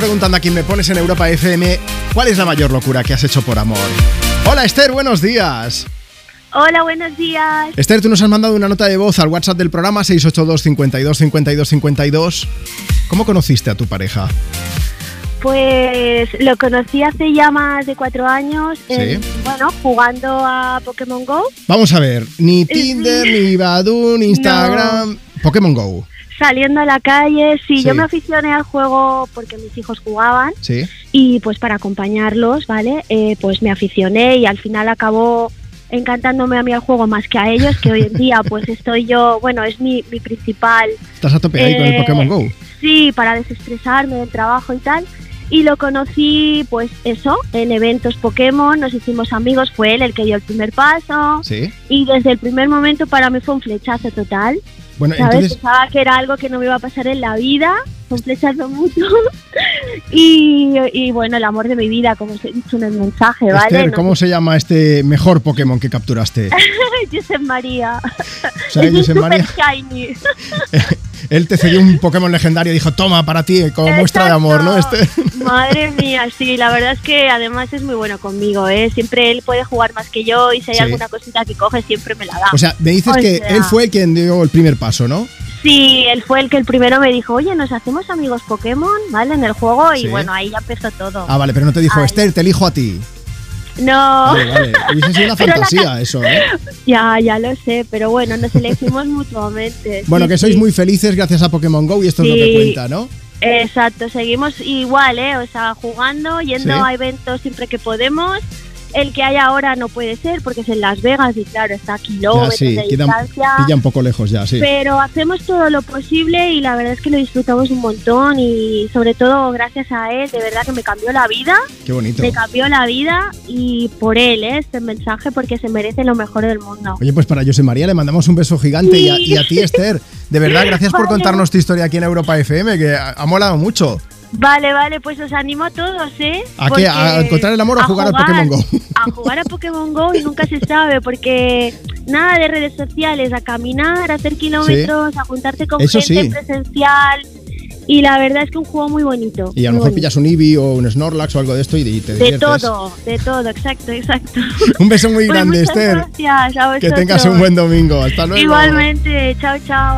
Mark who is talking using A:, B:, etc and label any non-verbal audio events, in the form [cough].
A: preguntando a quien me pones en Europa FM cuál es la mayor locura que has hecho por amor. Hola Esther, buenos días.
B: Hola, buenos días.
A: Esther, tú nos has mandado una nota de voz al WhatsApp del programa 682 52 52 52. ¿Cómo conociste a tu pareja?
B: Pues lo conocí hace ya más de cuatro años, en-
A: Sí.
B: bueno, jugando a Pokémon Go.
A: Vamos a ver, ni Tinder, ni Badoo, ni Instagram, Pokémon Go.
B: Saliendo a la calle, sí,
A: Sí.
B: yo me aficioné al juego porque mis hijos jugaban
A: Sí.
B: y pues para acompañarlos, ¿vale? Eh, pues me aficioné y al final acabó encantándome a mí al juego más que a ellos, que hoy en día pues estoy yo, bueno, es mi, mi principal
A: Estás a tope ahí con el
B: Eh,
A: Pokémon Go.
B: sí, para desestresarme del trabajo y tal. Y lo conocí, pues eso, en eventos Pokémon, nos hicimos amigos, fue él el que dio el primer paso.
A: Sí.
B: Y desde el primer momento para mí fue un flechazo total,
A: Bueno,
B: ¿sabes?
A: entonces,
B: Pensaba que era algo que no me iba a pasar en la vida, fue un flechazo mutuo. [laughs] y, y bueno, el amor de mi vida, como os he dicho en el mensaje, ¿vale?
A: Esther,
B: No-
A: ¿cómo se llama este mejor Pokémon que capturaste?
B: [laughs] Yo soy María.
A: O
B: [laughs]
A: sea,
B: es un
A: Josep María,
B: super shiny.
A: él te cedió un Pokémon legendario y dijo, toma, para ti, como muestra de amor, ¿no? Este
B: Exacto.
A: Esther?
B: Madre mía, sí, la verdad es que además es muy bueno conmigo, ¿eh? Siempre él puede jugar más que yo y si hay
A: Sí.
B: alguna cosita que coge siempre me la da.
A: O sea, me dices
B: O
A: que
B: sea.
A: él fue quien dio el primer paso, ¿no?
B: Oh. sí, él fue el que el primero me dijo, oye, nos hacemos amigos Pokémon, ¿vale? En el juego y
A: Sí.
B: bueno, ahí ya empezó todo.
A: Ah, vale, pero no te dijo,
B: Ay.
A: Esther, te elijo a ti.
B: No,
A: Vale,
B: [laughs]
A: vale. Hubiese sido una
B: Pero la
A: fantasía eso, ¿eh?
B: ya, ya lo sé, pero bueno, nos elegimos [laughs] mutuamente.
A: Bueno,
B: sí,
A: que sois
B: sí.
A: muy felices gracias a Pokémon Go y esto es lo que
B: Sí.
A: cuenta, ¿no?
B: Exacto, seguimos igual, ¿eh? O sea, jugando, yendo
A: Sí.
B: a eventos siempre que podemos. El que hay ahora no puede ser porque es en Las Vegas y claro, está a
A: Ya,
B: kilómetros
A: sí,
B: de
A: queda un-
B: distancia.
A: pilla un poco lejos ya, sí.
B: Pero hacemos todo lo posible y la verdad es que lo disfrutamos un montón y sobre todo gracias a él, de verdad que me cambió la vida,
A: Qué bonito.
B: me cambió la vida y por él ¿eh? este mensaje porque se merece lo mejor del mundo.
A: Oye, pues para José María le mandamos un beso gigante y, a,
B: Sí.
A: y a ti, Esther. De verdad, gracias por
B: Vale.
A: contarnos tu historia aquí en Europa FM, que ha ha molado mucho.
B: Vale, vale, pues os animo a todos, ¿eh?
A: ¿A
B: Porque-
A: qué? ¿A encontrar el amor o a jugar a Pokémon Go?
B: [laughs] A jugar a Pokémon Go y nunca se sabe porque nada de redes sociales, a caminar, a hacer kilómetros, a juntarte con
A: Eso
B: gente
A: sí.
B: presencial y la verdad es que un juego muy bonito.
A: Y a lo
B: muy
A: mejor
B: bonito.
A: pillas un Eevee o un Snorlax o algo de esto y, y te
B: De
A: diviertes.
B: todo, de todo, exacto, exacto.
A: [laughs] Un beso muy
B: Pues
A: grande,
B: muchas
A: Esther.
B: Gracias, a
A: Que
B: vosotros.
A: tengas un buen domingo. Hasta luego.
B: Igualmente, chao, chao.